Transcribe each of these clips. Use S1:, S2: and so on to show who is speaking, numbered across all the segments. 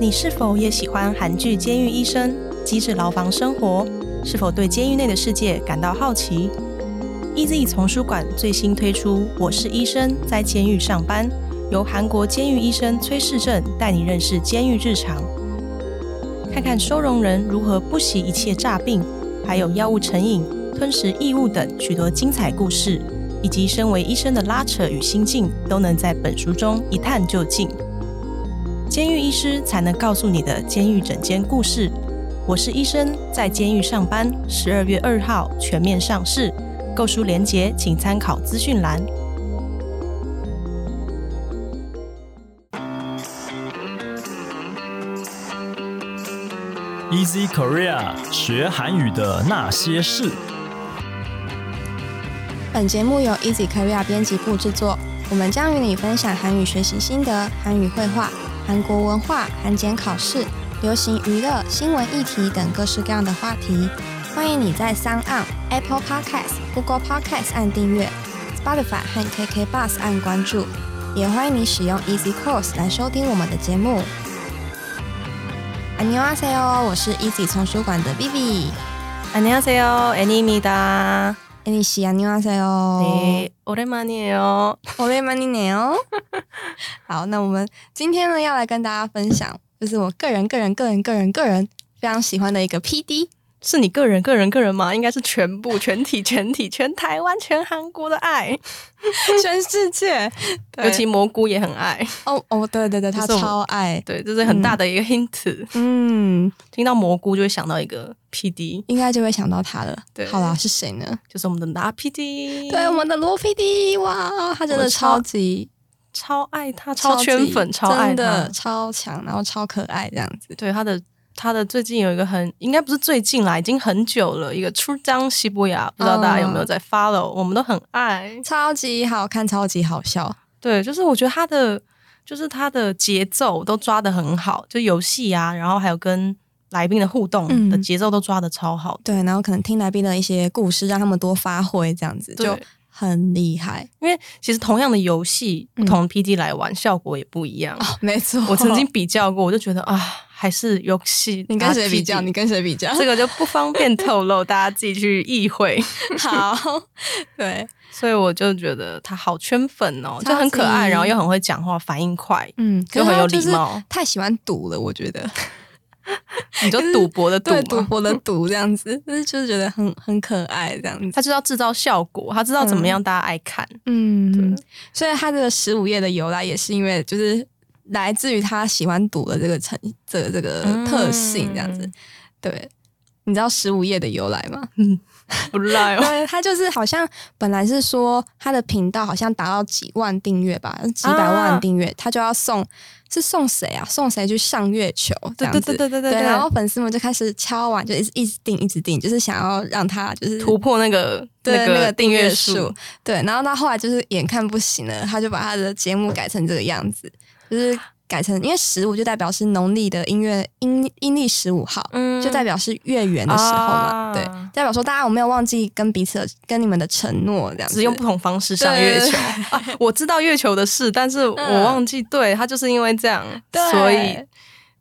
S1: 你是否也喜欢韩剧《监狱医生》《机智牢房生活》？是否对监狱内的世界感到好奇？EZ 丛书馆最新推出《我是医生，在监狱上班》，由韩国监狱医生崔世正带你认识监狱日常，看看收容人如何不惜一切诈病，还有药物成瘾、吞食异物等许多精彩故事，以及身为医生的拉扯与心境，都能在本书中一探究竟。监狱医师才能告诉你的监狱整间故事。我是医生，在监狱上班。十二月二号全面上市，购书链接请参考资讯栏。
S2: Easy Korea 学韩语的那些事。
S3: 本节目由 Easy Korea 编辑部制作，我们将与你分享韩语学习心得、韩语绘画、韩国文化、韩检考试、流行娱乐、新闻议题等各式各样的话题。欢迎你在 s o n Apple Podcast、Google Podcast 按订阅，Spotify 和 KK Bus 按关注，也欢迎你使用 Easy Course 来收听我们的节目。안녕하세요，我是 Easy 丛书馆的 Vivi。
S1: 안녕하세요，애니입니다。
S3: 애니씨안녕 E 하세요。
S1: 哦 네오랜만이에요。
S3: 我累吗？你呢？ 哦，好，那我们今天呢要来跟大家分享，就是我个人、个人、个人、个人、个人非常喜欢的一 个 PD。
S1: 是你个人、个人、个人吗？应该是全部、全体、 全体、全台湾、全韩国的爱，
S3: 全世界， 对
S1: 尤其蘑菇也很爱。
S3: 哦哦，对对对，
S1: 就
S3: 他
S1: 是我们
S3: 超爱，
S1: 对，这是很大的一个 hint。
S3: 嗯，
S1: 听到蘑菇就会想到一个 PD，
S3: 应该就会想到他了。
S1: 对
S3: 好啦，是谁呢？
S1: 就是我们的拿 PD。
S3: 对，我们的罗 PD，哇，他真
S1: 我
S3: 的
S1: 超
S3: 超级
S1: 超爱他，超
S3: 级
S1: 圈粉，超爱
S3: 真
S1: 他
S3: 的。超强，然后超可爱这样子。
S1: 对他的他的最近有一个很应该不是最近啦，已经很久了，一个出张西伯牙，不知道大家有
S3: 嗯
S1: 没有在 follow？、我们都很爱。
S3: 超级好看，超级好笑，
S1: 对，就是我觉得他的就是他的节奏都抓的很好，就游戏啊，然后还有跟来宾的互动
S3: 嗯
S1: 的节奏都抓的超好的。
S3: 对，然后可能听来宾的一些故事，让他们多发挥，这样子
S1: 对
S3: 就很厉害。
S1: 因为其实同样的游戏，不
S3: 嗯哦
S1: 同 PD 来玩、效果也不一样。
S3: 没错，
S1: 我曾经比较过，我就觉得啊，还是游戏。
S3: 你跟谁
S1: 拿
S3: 比较？
S1: PD
S3: 你跟谁比较？
S1: 这个就不方便透露，大家自己去意会。
S3: 好，对，
S1: 所以我就觉得他好圈粉哦，
S3: 超级
S1: 就很可爱，然后又很会讲话，反应快，
S3: 嗯，
S1: 又很有礼貌。
S3: 太喜欢赌了，我觉得，
S1: 你就赌博的赌
S3: 嗯对赌
S1: 嘛，
S3: 博的赌这样子， 就是就是觉得很很可爱这样子。
S1: 他知道制造效果，他知道怎么样大家爱 看。
S3: 嗯
S1: 对，
S3: 所以他这个十五页的由来也是因为就是来自于他喜欢赌的这个成这个这个特性这样子。
S1: 嗯
S3: 对，你知道十五页的由来吗？
S1: 不赖哦，
S3: 对他就是好像本来是说他的频道好像达到几万订阅吧，几百
S1: 啊
S3: 万订阅，他就要送是送谁啊？送谁去上月球？这
S1: 对
S3: 样
S1: 对
S3: 子
S1: 对对对对
S3: 对然后
S1: 对，
S3: 粉丝们就开始敲碗，就一直一直订，一直订，就是想要让他就是
S1: 突破那个
S3: 对那
S1: 个
S3: 个订
S1: 阅
S3: 阅数。对，然后到后来就是眼看不行了，他就把他的节目改成这个样子，就是改成因为十五就代表是农历的音乐阴阴历十五号，
S1: 嗯
S3: 就代表是月圆的时候嘛，
S1: 啊
S3: 对，代表说大家有没有忘记跟彼此的跟你们的承诺这样子，
S1: 只用不同方式上月
S3: 对嗯
S1: 球啊！我知道月球的事，但是我忘记，对他就是因为这样，
S3: 对
S1: 所以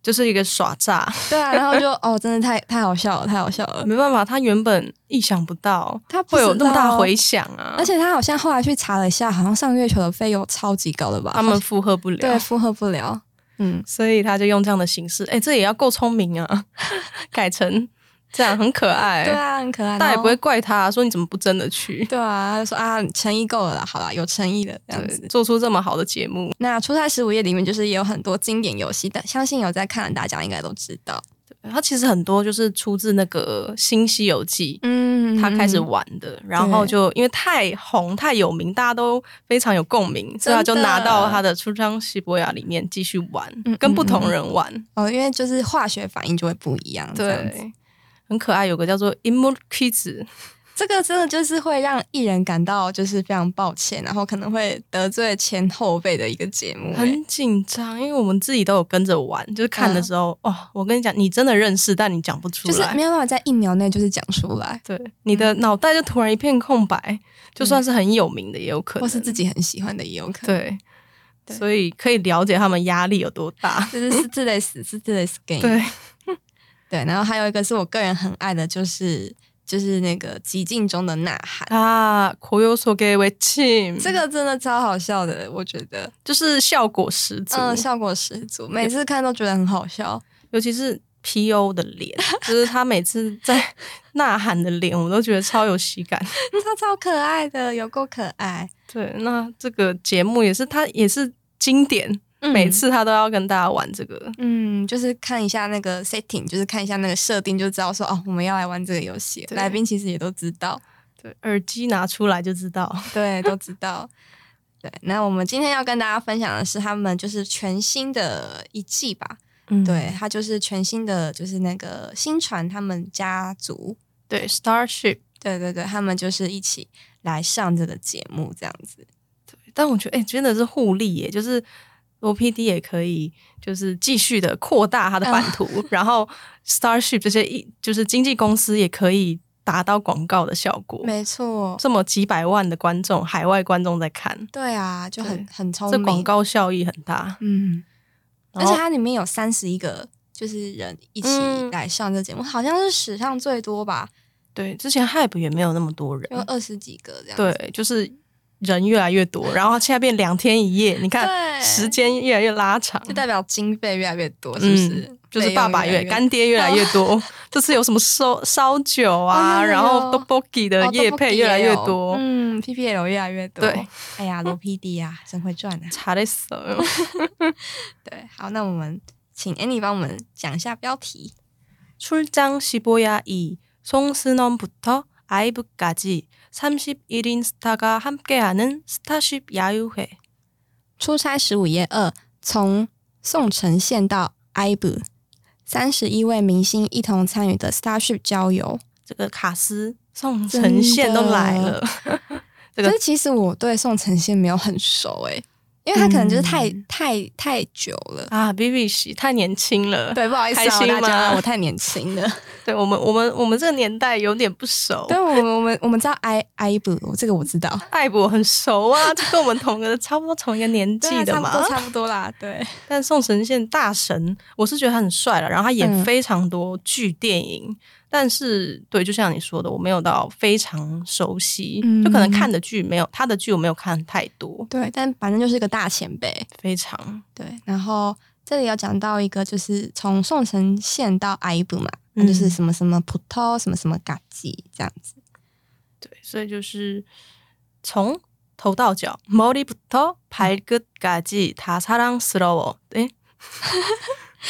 S1: 就是一个耍 诈，
S3: 对啊，然 后就哦，真的太太好笑了，太好笑了，
S1: 没办法，他原本意想不到
S3: 他
S1: 嗯
S3: 不
S1: 会有
S3: 知
S1: 那么大
S3: 道
S1: 回响啊，
S3: 而且他好像后来去查了一下，好像上月球的费用超级高的吧，
S1: 他们负荷不
S3: 对
S1: 了，
S3: 负荷不 了，嗯，
S1: 所以他就用这样的形式。哎、这也要够聪明啊， 改成这样很可爱。
S3: 对，啊，很可爱，
S1: 大家也不
S3: 然后
S1: 会怪他说你怎么不真的去。
S3: 对啊，他就说啊，诚意够了啦，好啦，有诚意了这样
S1: 对，
S3: 子。
S1: 做出这么好的节目，
S3: 那《出差十五夜》里面就是也有很多经典游戏，但相信有在看的大家应该都知道。
S1: 他其实很多就是出自那个《新西游记》。
S3: 嗯
S1: 他开始玩的，然后就因为太红太有名，大家都非常有共鸣，所以他就
S3: 真的
S1: 拿到他的《出张西伯牙》里面继续玩，
S3: 嗯
S1: 跟不同人玩，
S3: 哦，因为就是化学反应就会不一样。这样子，
S1: 对，很可爱。有个叫做 Imu Kids，
S3: 这个真的就是会让艺人感到就是非常抱歉，然后可能会得罪前后辈的一个节目、欸。
S1: 很紧张，因为我们自己都有跟着玩，就是看的时候，哦，我跟你讲，你真的认识，但你讲不出
S3: 嗯就是
S1: 来，
S3: 没有办法在一秒内就是讲出来，
S1: 对，你的脑袋就突然一片空白，就算是很有名的也有可能，
S3: 或是自己很喜欢的也有可能。
S1: 对，
S3: 对
S1: 所以可以了解他们压力有多大。
S3: 这是这类死，是这类死 game。
S1: 对，
S3: 对，然后还有一个是我个人很爱的，就是就是那个寂静中的呐喊，
S1: 啊，口有所给为庆，
S3: 这个真的超好笑的，我觉得，
S1: 就是效果十足，
S3: 嗯，效果十足，每次看都觉得很好笑。
S1: 尤其是 PO 的脸，就是他每次在呐喊的脸，我都觉得超有喜感。
S3: 他超可爱的，有够可爱。
S1: 对，那这个节目也是他也是经典，每次他都要跟大家玩这个。
S3: 嗯，就是看一下那个 setting，就是看一下那个设定，就知道说哦，我们要来玩这个游戏。
S1: 对
S3: 来宾其实也都知道，
S1: 对，耳机拿出来就知道。
S3: 对，都知道。对，那我们今天要跟大家分享的是他们就是全新的一季吧，
S1: 嗯
S3: 对，它就是全新的，就是那个新传他们家族，
S1: 对，Starship。
S3: 对对对，他们就是一起来上这个节目这样子。
S1: 但我觉得，哎、真的是互利耶，就是罗 PD 也可以，就是继续的扩大它的版图， 然后 Starship 这些一就是经纪公司也可以达到广告的效果。
S3: 没错，
S1: 这么几百万的观众，海外观众在看，
S3: 对啊，就很
S1: 对
S3: 很聪
S1: 这
S3: 明。
S1: 广告效益很大。
S3: 嗯，而
S1: 然
S3: 且
S1: 后
S3: 它里面有三十一个就是人一起
S1: 嗯
S3: 来上这节目，好像是史上最多吧，
S1: 对，之前 Hype 也没有那么多人，
S3: 有二十几个这样子。
S1: 对，就是人越来越多，然后现在变两天一夜，你看
S3: 对
S1: 时间越来越拉长，
S3: 就代表经费越来越多，是不是？
S1: 嗯就是
S3: 费用
S1: 爸爸
S3: 越来
S1: 越干爹越来越 多，这次有什么烧烧酒啊，
S3: 哦有有
S1: 然后
S3: 有
S1: Dobogi
S3: 哦
S1: 的夜配越来越多，
S3: 嗯，P P L 越来越多。
S1: 对，
S3: 哎呀，罗 P D 啊，真会赚啊。
S1: 查得死了。
S3: 对，好，那我们请 Annie 帮我们讲一下标题。
S1: 출장시보야이송스넌부터아이브까지 31인 스타가 함께하는 스타쉽 야유회
S3: 出差十五夜二，从宋城县到 i b 三十一位明星一同参与的 Starship 郊游。
S1: 这个卡斯宋承宪都来了，这
S3: 可
S1: 个
S3: 是其实我对宋承宪没有很熟诶、因为他可能就是太、
S1: 嗯
S3: 太太久了。
S1: 啊，Vivi 喜太年轻了，
S3: 对，不好意思、啊、
S1: 开心吗
S3: 大家，我太年 轻了。
S1: 对我们我们我们这个年代有点不熟。
S3: 对，我啊们我们我们知道 i i b 这个我知道。
S1: 艾博很熟啊， 就跟我们同个差不多同一个年纪
S3: 对
S1: 的
S3: 啊
S1: 嘛
S3: 差。不多差不多啦。 对，
S1: 但宋承宪大神，我是觉得他很帅了，然后他演
S3: 嗯
S1: 非常多剧电影，但是对，就像你说的，我没有到非常熟悉，
S3: 嗯
S1: 就可能看的剧没有他的剧我没有看太多，
S3: 对，但反正就是个大前辈。
S1: 非常
S3: 对，然后这里有讲到一个，就是从宋城县到 i b 嘛，那
S1: 嗯
S3: 就是什么什么葡萄，什么什么嘎叽这样子。
S1: 对，所以就是从头到脚，머리부터발끝까지다사랑스러워，哎，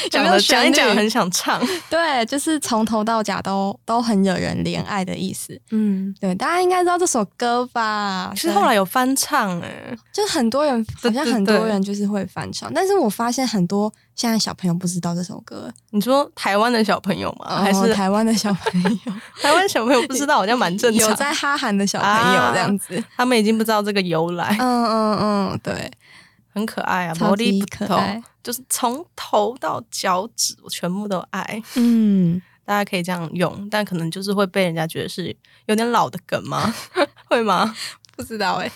S3: 有
S1: 讲
S3: 没有
S1: 的讲一
S3: 旋律
S1: 讲很想唱，
S3: 对，就是从头到脚都都很惹人怜爱的意思。
S1: 嗯，
S3: 对，大家应该知道这首歌吧？
S1: 其实
S3: 对
S1: 后来有翻唱哎、
S3: 就很多人，好
S1: 对
S3: 像
S1: 对
S3: 很多
S1: 对
S3: 人就是会翻唱，但是我发现很多现在小朋友不知道这首歌，
S1: 你说台湾的小朋友吗？还
S3: 哦
S1: 是
S3: 台湾的小朋友，
S1: 台湾小朋友不知道， 好像蛮正常。啊
S3: 有在哈韩的小朋友这样子。
S1: 他们已经不知道这个由来，
S3: 嗯嗯嗯，对，
S1: 很可爱啊，
S3: 超级
S1: Molly
S3: 可爱
S1: Potato，就是从头到脚趾，我全部都爱。
S3: 嗯，
S1: 大家可以这样用，但可能就是会被人家觉得是有点老的梗吗？ 会吗？
S3: 不知道哎、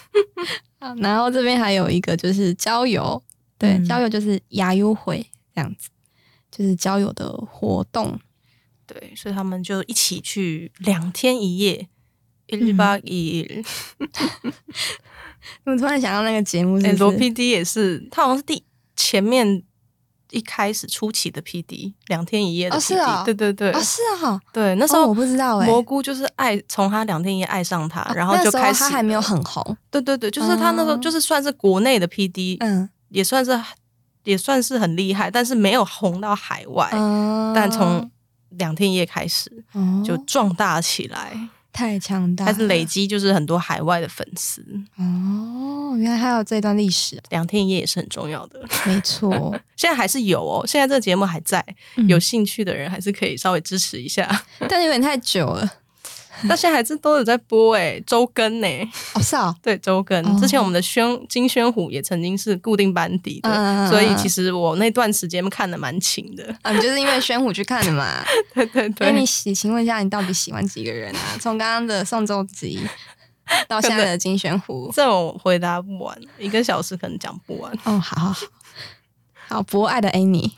S3: 好然后这边还有一个就是郊游，对，
S1: 嗯
S3: 郊游就是亚优会这样子，就是郊游的活动。
S1: 对，所以他们就一起去两天一夜。一
S3: 嗯
S1: 日八一，
S3: 我突然想到那个节目是
S1: 哎，
S3: 不是
S1: 罗 PD 也是，他好像是第前面一开始初期的 PD，两天一夜的
S3: 哦
S1: PD，
S3: 是啊
S1: 对对对，
S3: 哦，是啊、
S1: 对，那时
S3: 哦，
S1: 候
S3: 我不知道哎、
S1: 蘑菇就是爱从他两天一夜爱上他，
S3: 哦
S1: 然后
S3: 那
S1: 就
S3: 时候
S1: 开始
S3: 他还没有很红，
S1: 对对对，就是他那时候
S3: 哦
S1: 就是算是国内的 PD，、
S3: 嗯
S1: 也算是也算是很厉害，但是没有红到海外。
S3: 嗯，
S1: 哎但从两天一夜开始
S3: 哦
S1: 就壮大起来，
S3: 太强大了，
S1: 开始累积就是很多海外的粉丝。
S3: 哦，原来还有这段历史啊，
S1: 两天一夜也是很重要的，
S3: 没错，
S1: 现在还是有哦，现在这个节目还在，
S3: 嗯
S1: 有兴趣的人还是可以稍微支持一下。
S3: 但有点太久了。
S1: 那现在还是都有在播诶、周更呢、
S3: 哦，是啊，
S1: 对周更
S3: 哦。
S1: 之前我们的宣金宣虎也曾经是固定班底的，
S3: 嗯嗯嗯
S1: 所以
S3: 嗯
S1: 其实我那段时间看的蛮勤的。
S3: 啊，你就是因为宣虎去看的嘛。哎
S1: 对对
S3: 那你
S1: 对，
S3: 喜，请问一下，你到底喜欢几个人啊？从刚刚的宋仲基，到现在的金旋湖。
S1: 这我回答不完，一个小时可能讲不完。
S3: 哦，好好好，好博爱的 Annie。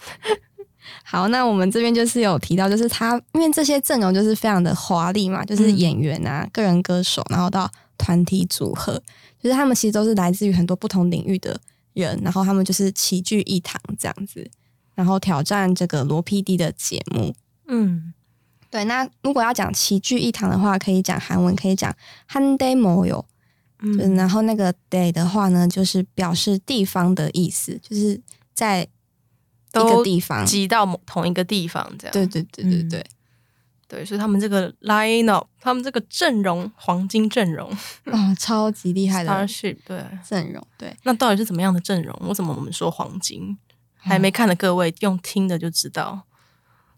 S3: 好，那我们这边就是有提到，就是他因为这些阵容就是非常的华丽嘛，就是
S1: 嗯
S3: 演员啊、个人歌手，然后到团体组合，就是他们其实都是来自于很多不同领域的人，然后他们就是齐聚一堂这样子，然后挑战这个罗 PD 的节目。
S1: 嗯
S3: 对，那如果要讲齐聚一堂的话，可以讲韩文，可以讲 Han Day Mo y o
S1: 嗯
S3: 就是然后那个 day 的话呢，就是表示地方的意思，就是在一个
S1: 都嗯
S3: 地方。
S1: 集到某同一个地方这样。
S3: 对对对对对，
S1: 对，所以他们这个 line up，他们这个阵容黄金阵容
S3: 哦，超级厉害的
S1: ，Starship 对。
S3: 阵容，对，
S1: 那到底是怎么样的阵容？为什么我们说黄金？还没看的各位用听的就知道，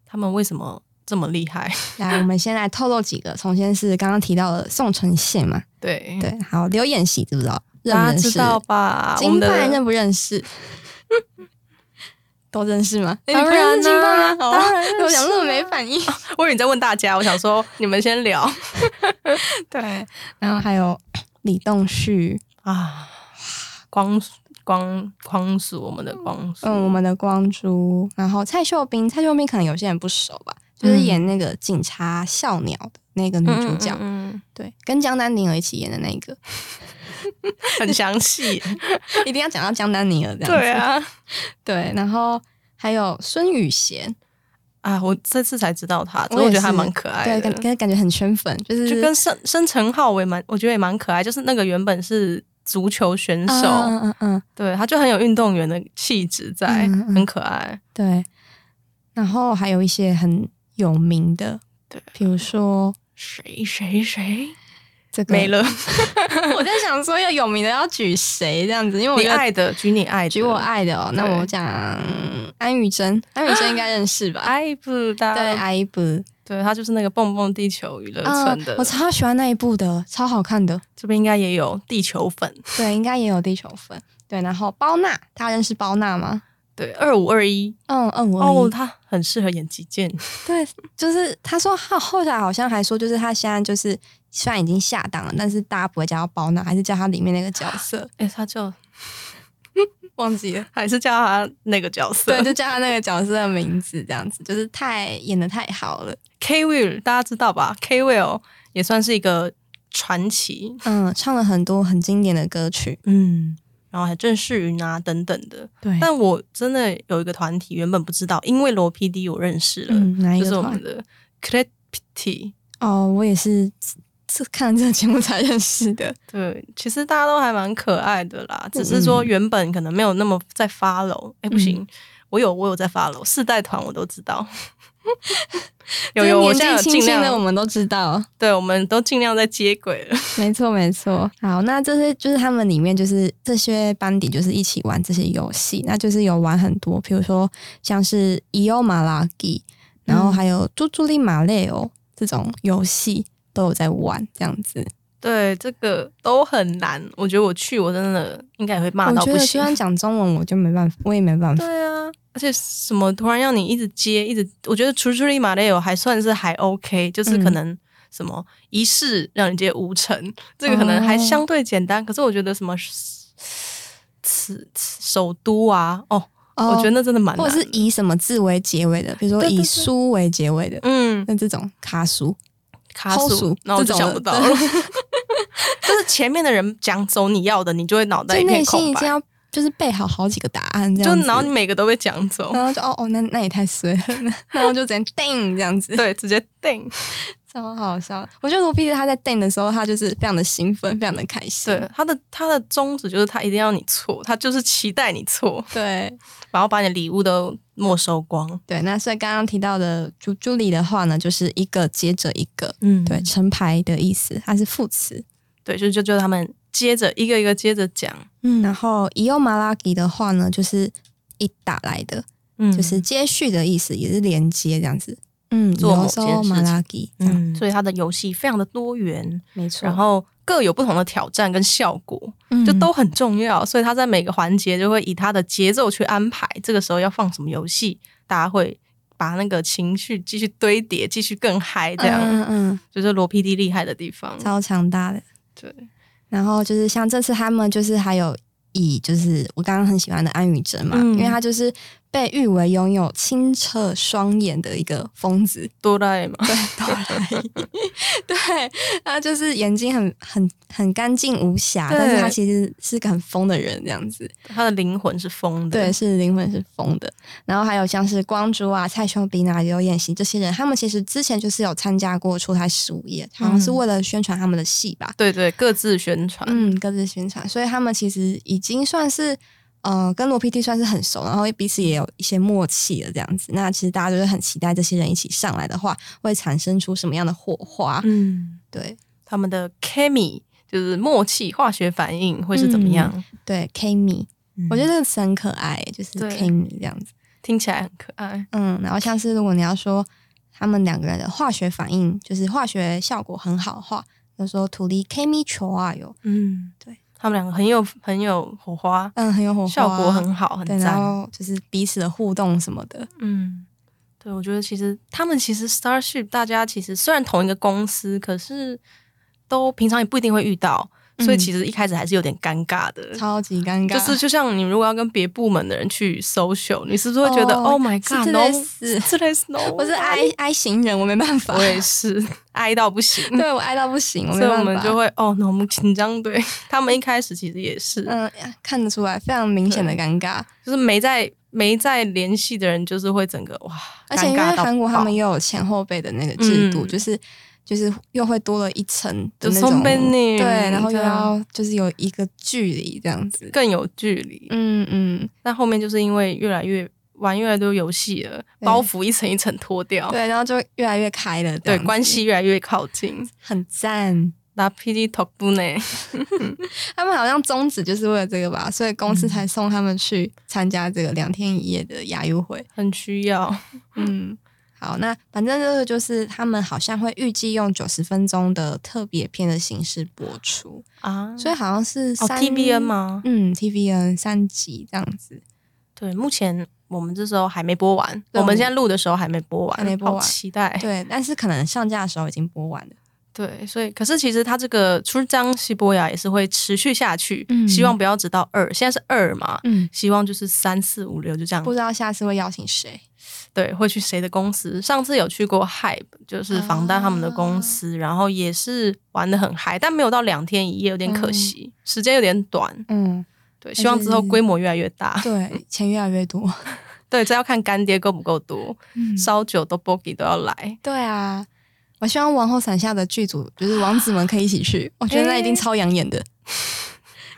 S1: 他们为什么这么厉 害？
S3: 来，我们先来透露几个。首先是刚刚提到的宋承宪嘛，
S1: 对，
S3: 对，好，刘演习知不知道？
S1: 嗯
S3: 认不
S1: 大家
S3: 认识？
S1: 知道吧？我
S3: 金
S1: 们的
S3: 范认不认识？ 都认识吗？
S1: 当
S3: 你不认识金
S1: 然
S3: 范
S1: 啊
S3: 吗？哦
S1: 当然认识啊 哦
S3: 我想说没反应。
S1: 我以为你在问大家，我想说你们先 聊
S3: 对， 然后还有李栋旭，
S1: 啊。光光光速，我们的光速，
S3: 嗯，我们的光洙，然后蔡秀彬，蔡秀彬可能有些人不熟吧，就是
S1: 嗯
S3: 演那个警察笑鸟的那个女
S1: 嗯
S3: 主角，
S1: 嗯嗯
S3: 对，跟江丹妮儿一起演的那一个，
S1: 嗯很详细。
S3: 一定要讲到江丹妮儿这样 子。
S1: 对，啊，
S3: 对，然后还有孙雨贤，
S1: 啊，我这次才知道他，所以
S3: 也
S1: 我觉得他
S3: 是
S1: 蛮可爱
S3: 对，
S1: 的
S3: 感。感感觉很圈粉，就是
S1: 就跟申申成浩，我也蛮，我觉得也蛮可爱。就是那个原本是足球选手，
S3: 嗯嗯嗯嗯，
S1: 对他就很有运动员的气质在，
S3: 嗯嗯嗯
S1: 很可爱。
S3: 对，然后还有一些很有名的，
S1: 对，
S3: 比如说
S1: 谁谁谁
S3: 这个
S1: 没。了？
S3: 我在想说要有名的要举谁这样子，因 为我
S1: 你
S3: 觉得
S1: 爱的举你爱的，
S3: 举我爱的哦，那
S1: 对
S3: 我讲安宇珍，安宇珍应该认识吧？
S1: 爱不到。
S3: 对，阿一部
S1: 对他就是那个蹦蹦地球娱乐
S3: 啊
S1: 村的，，
S3: 我超喜欢那一部的，超好看的。
S1: 这边应该也有地球粉。
S3: 对，应该也有地球粉。对，然后包娜，大家认识包娜吗？
S1: 对，二五二一
S3: 嗯嗯，我
S1: 哦，他很适合演击 剑。
S3: 对，就是他说他后来好像还说，就是他现在就是虽然已经下档了，但是大家不会叫他包娜，还是叫他里面那个角色，
S1: 哎，他叫
S3: 忘记了。
S1: 还是叫他那个角色
S3: 对，就叫他那个角色的名字，这样子，就是太演的太好了。
S1: K Will，大家知道吧？K Will 也算是一个传奇，
S3: 嗯，唱了很多很经典的歌曲。
S1: 嗯，然后还郑世云啊等等的。
S3: 对
S1: 但我真的有一个团体原本不知道，因为罗 PD 我认识了，
S3: 嗯，哪一
S1: 就
S3: 个
S1: 是我
S3: 团
S1: 们的 c r e p t
S3: 哦，我也是这看了这个节目才认识的。
S1: 对，其实大家都还蛮可爱的啦，只是
S3: 嗯
S1: 说原本可能没有那么在 follow、哎，不行，我有我有在 follow 四代团，我都知道。 有有，
S3: 就是
S1: 我现在
S3: 年
S1: 有
S3: 纪
S1: 尽
S3: 轻轻的，我
S1: 量，
S3: 们都知道。
S1: 对，我们都尽量在接轨了。
S3: 没错，没错。好，那这些就是他们里面就是这些班底就是一起玩这些游戏，那就是有玩很多，比如说像是 EO 马拉吉，然
S1: 嗯
S3: 后还有朱朱莉马雷欧这种游戏都有在玩这样子。
S1: 对，这个都很难。我觉得我去，我真的应该也会骂
S3: 我
S1: 到
S3: 觉
S1: 不
S3: 得虽
S1: 行。
S3: 然讲中文，我就没办法，我也没办法。
S1: 对啊，而且什么突然让你一直接，一直，我觉得除除里马雷有还算是还 OK，就是可
S3: 嗯
S1: 能什么一式让你接五成，这个可能还
S3: 哦
S1: 相对简单。可是我觉得什么此首都啊，哦，我觉得
S3: 得，
S1: 那真的蛮难
S3: 哦或
S1: 的，
S3: 者是以什么字为结尾的，比如说
S1: 对对
S3: 以
S1: 对
S3: 书为结尾的，
S1: 嗯，
S3: 那这种卡书。
S1: 卡
S3: 齁
S1: 数
S3: 数，
S1: 那我
S3: 这
S1: 就
S3: 种
S1: 想
S3: 的
S1: 不到了
S3: 对。
S1: 就是前面的人讲走你要的，你就会脑袋
S3: 就
S1: 一片
S3: 内心
S1: 空
S3: 已经
S1: 白，
S3: 要就是背好好几个答案这
S1: 就
S3: 样子，
S1: 然后你每个都被讲走，
S3: 然后就哦哦，那那也太衰了， 然后就直接定这样子，
S1: 对，直接定。
S3: 超好笑。我觉得罗 PD 他在定的时候，他就是非常的兴奋，非常的开心，
S1: 对，他的他的宗旨就是他一定要你错，他就是期待你错，
S3: 对
S1: 然后把你的礼物都没收光。
S3: 对那所以刚刚提到的朱朱莉的话呢，就是一个接着一个，
S1: 嗯
S3: 对，成排的意思，它是副词。
S1: 对，就就就他们接着一个一个接着讲，
S3: 嗯，然后伊欧马拉吉的话呢，就是一打来的，
S1: 嗯
S3: 就是接续的意思，也是连接这样子。嗯，
S1: 做某件事情嗯
S3: 马拉吉，这样、
S1: 所以他的游戏非常的多元，
S3: 嗯没错。
S1: 然后各有不同的挑战跟效果，
S3: 嗯
S1: 就都很重要。所以他在每个环节就会以他的节奏去安排，这个时候要放什么游戏，大家会把那个情绪继续堆叠，继续更嗨，这样、
S3: 嗯嗯，
S1: 就是罗 PD 厉害的地方。
S3: 超强大的。
S4: 对，
S3: 然后就是像这次他们就是还有以就是我刚刚很喜欢的安宇哲嘛，
S1: 嗯
S3: 因为他就是被誉为拥有清澈双眼的一个疯 子，
S1: 哆啦 A 梦，
S3: 对，哆啦 A 梦 对，他就是眼睛很很很干净无瑕，
S1: 对
S3: 但是他其实是个很疯的人这样子，
S1: 他的灵魂是疯的。
S3: 对，，是灵魂是疯的。然后还有像是光洙啊、蔡修斌啊、刘演熙这些人，他们其实之前就是有参加过《出差十五夜》，好像是
S1: 嗯
S3: 为了宣传他们的戏吧，
S1: 对对，各自宣传。
S3: 嗯，各自宣传，所以他们其实已经算是呃跟罗 PT 算是很熟，然后彼此也有一些默契了这样子。那其实大家就是很期待这些人一起上来的话，会产生出什么样的火花？
S1: 嗯，
S3: 对
S1: 他们的 chemi 就是默契化学反应会是怎么样？
S3: 对，Kimi，、我觉
S1: 得
S3: 得这个词很可爱，就是
S1: 对
S3: Kimi 这样子。
S1: 听起来很可爱。
S3: 嗯，然后像是如果你要说他们两个人的化学反应，就是化学效果很好的话，就说土力 Kimi 球啊有，
S1: 嗯，
S3: 对，
S1: 他们两个很有很有火花，
S3: 嗯，很有火花，
S1: 效果很好，很
S3: 对，然
S1: 赞。
S3: 后就是彼此的互动什么的，
S1: 嗯，对，我觉得其实他们其实 Starship 大家其实虽然同一个公司，可是都平常也不一定会遇到，所以
S3: 嗯
S1: 其实一开始还是有点尴尬的。
S3: 超级尴尬，
S1: 就是就像你如果要跟别部门的人去 social，你是不是会觉得
S3: 哦
S1: Oh my
S3: 是
S1: God，no，
S3: 类似
S1: 这类似 no，
S3: 我是 I I 型人，我没办法，
S1: 我也 是哀到不行。
S3: 对我爱到不行，我没
S1: 所以我
S3: 办
S1: 们
S3: 法。
S1: 就会哦，那我们紧张对他们一开始其实也是，
S3: 嗯，看得出来，非常明显的尴尬。
S1: 就是没在没在联系的人，就是会整个哇，
S3: 而且因
S1: 尴
S3: 为
S1: 尬到
S3: 韩国他们
S1: 爆
S3: 又有前后辈的那个制
S1: 嗯
S3: 度，就是就是又会多了一层的
S1: 就
S3: 那
S1: 松
S3: 种，
S1: 贝尼
S3: 对，然后又
S1: 对啊
S3: 要就是有一个距离这样子。
S1: 更有距离。
S3: 嗯嗯，
S1: 那后面就是因为越来越玩越来越多游戏了，
S3: 对
S1: 包袱一层一层脱掉，
S3: 对，然后就越来越开了，这
S1: 对
S3: 样子
S1: 关系越来越靠近。
S3: 很赞。
S1: 那 PD t o k 呢？
S3: 他们好像宗旨就是为了这个吧，所以公司才送他们去参加这个两天一夜的亚运会。
S1: 很需要，
S3: 嗯，好，那反正这个就是他们好像会预计用九十分钟的特别片的形式播出，
S1: 啊
S3: 所以好像是
S1: 哦
S3: 三、
S1: TVN 吗
S3: 嗯，TVN 三集这样子。
S1: 对，目前我们这时候还没播完，我
S3: 对我们
S1: 们现在录的时候还没播完，
S3: 还没播完
S1: 好期待。
S3: 对，但是可能上架的时候已经播完了。
S1: 对，所以可是其实它这个出张西伯牙也是会持续下去，
S3: 嗯
S1: 希望不要直到二，现在是二嘛，
S3: 嗯，
S1: 希望就是三四五六就这样
S3: 不，知道下次会邀请谁。
S1: 对，会去谁的公司？上次有去过 Hype，就是防弹他们的
S3: 啊
S1: 公司，然后也是玩的很嗨，但没有到两天一夜，有点可惜，时间有点短。
S3: 嗯，
S1: 对，希望之后规模越来越大。
S3: 对，钱越来越多。
S1: 对，这要看干爹够不够多，
S3: 嗯
S1: 烧酒都 Boggy 都要来。
S3: 对啊。我希望王后伞下的剧组就是王子们可以一起去，我觉得那一定超养眼的，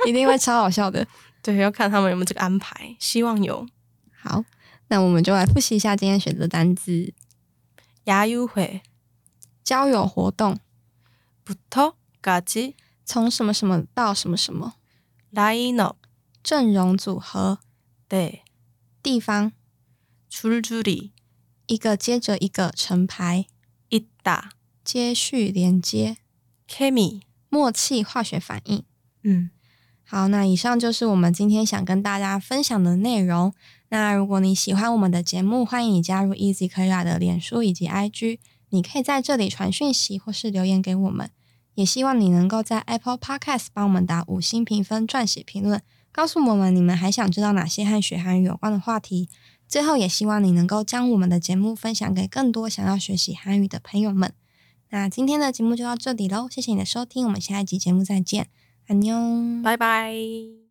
S3: 一定会超好笑的。
S1: 对，要看他们有没有这个安排，希望有。
S3: 好，那我们就来复习一下今天选择单词：
S1: 야유회
S3: 交友活动，
S1: 부터까지
S3: 从什么什么到什么什么，
S1: 라인업
S3: 阵容组合，
S1: 네
S3: 地方，
S1: 줄줄이
S3: 一个接着一个成排，
S1: 있다
S3: 接续连接，
S1: 케미
S3: 默契化学反应。
S1: 음
S3: 好，那以上就是我们今天想跟大家分享的内容。那如果你喜欢我们的节目，欢迎你加入 Easy Korea 的脸书以及 IG，你可以在这里传讯息或是留言给我们。也希望你能够在 Apple Podcast 帮我们打五星评分、撰写评论，告诉我们你们还想知道哪些和学韩语有关的话题。最后，也希望你能够将我们的节目分享给更多想要学习韩语的朋友们。那今天的节目就到这里喽，谢谢你的收听，我们下一集节目再见，安妞，
S1: 바이바이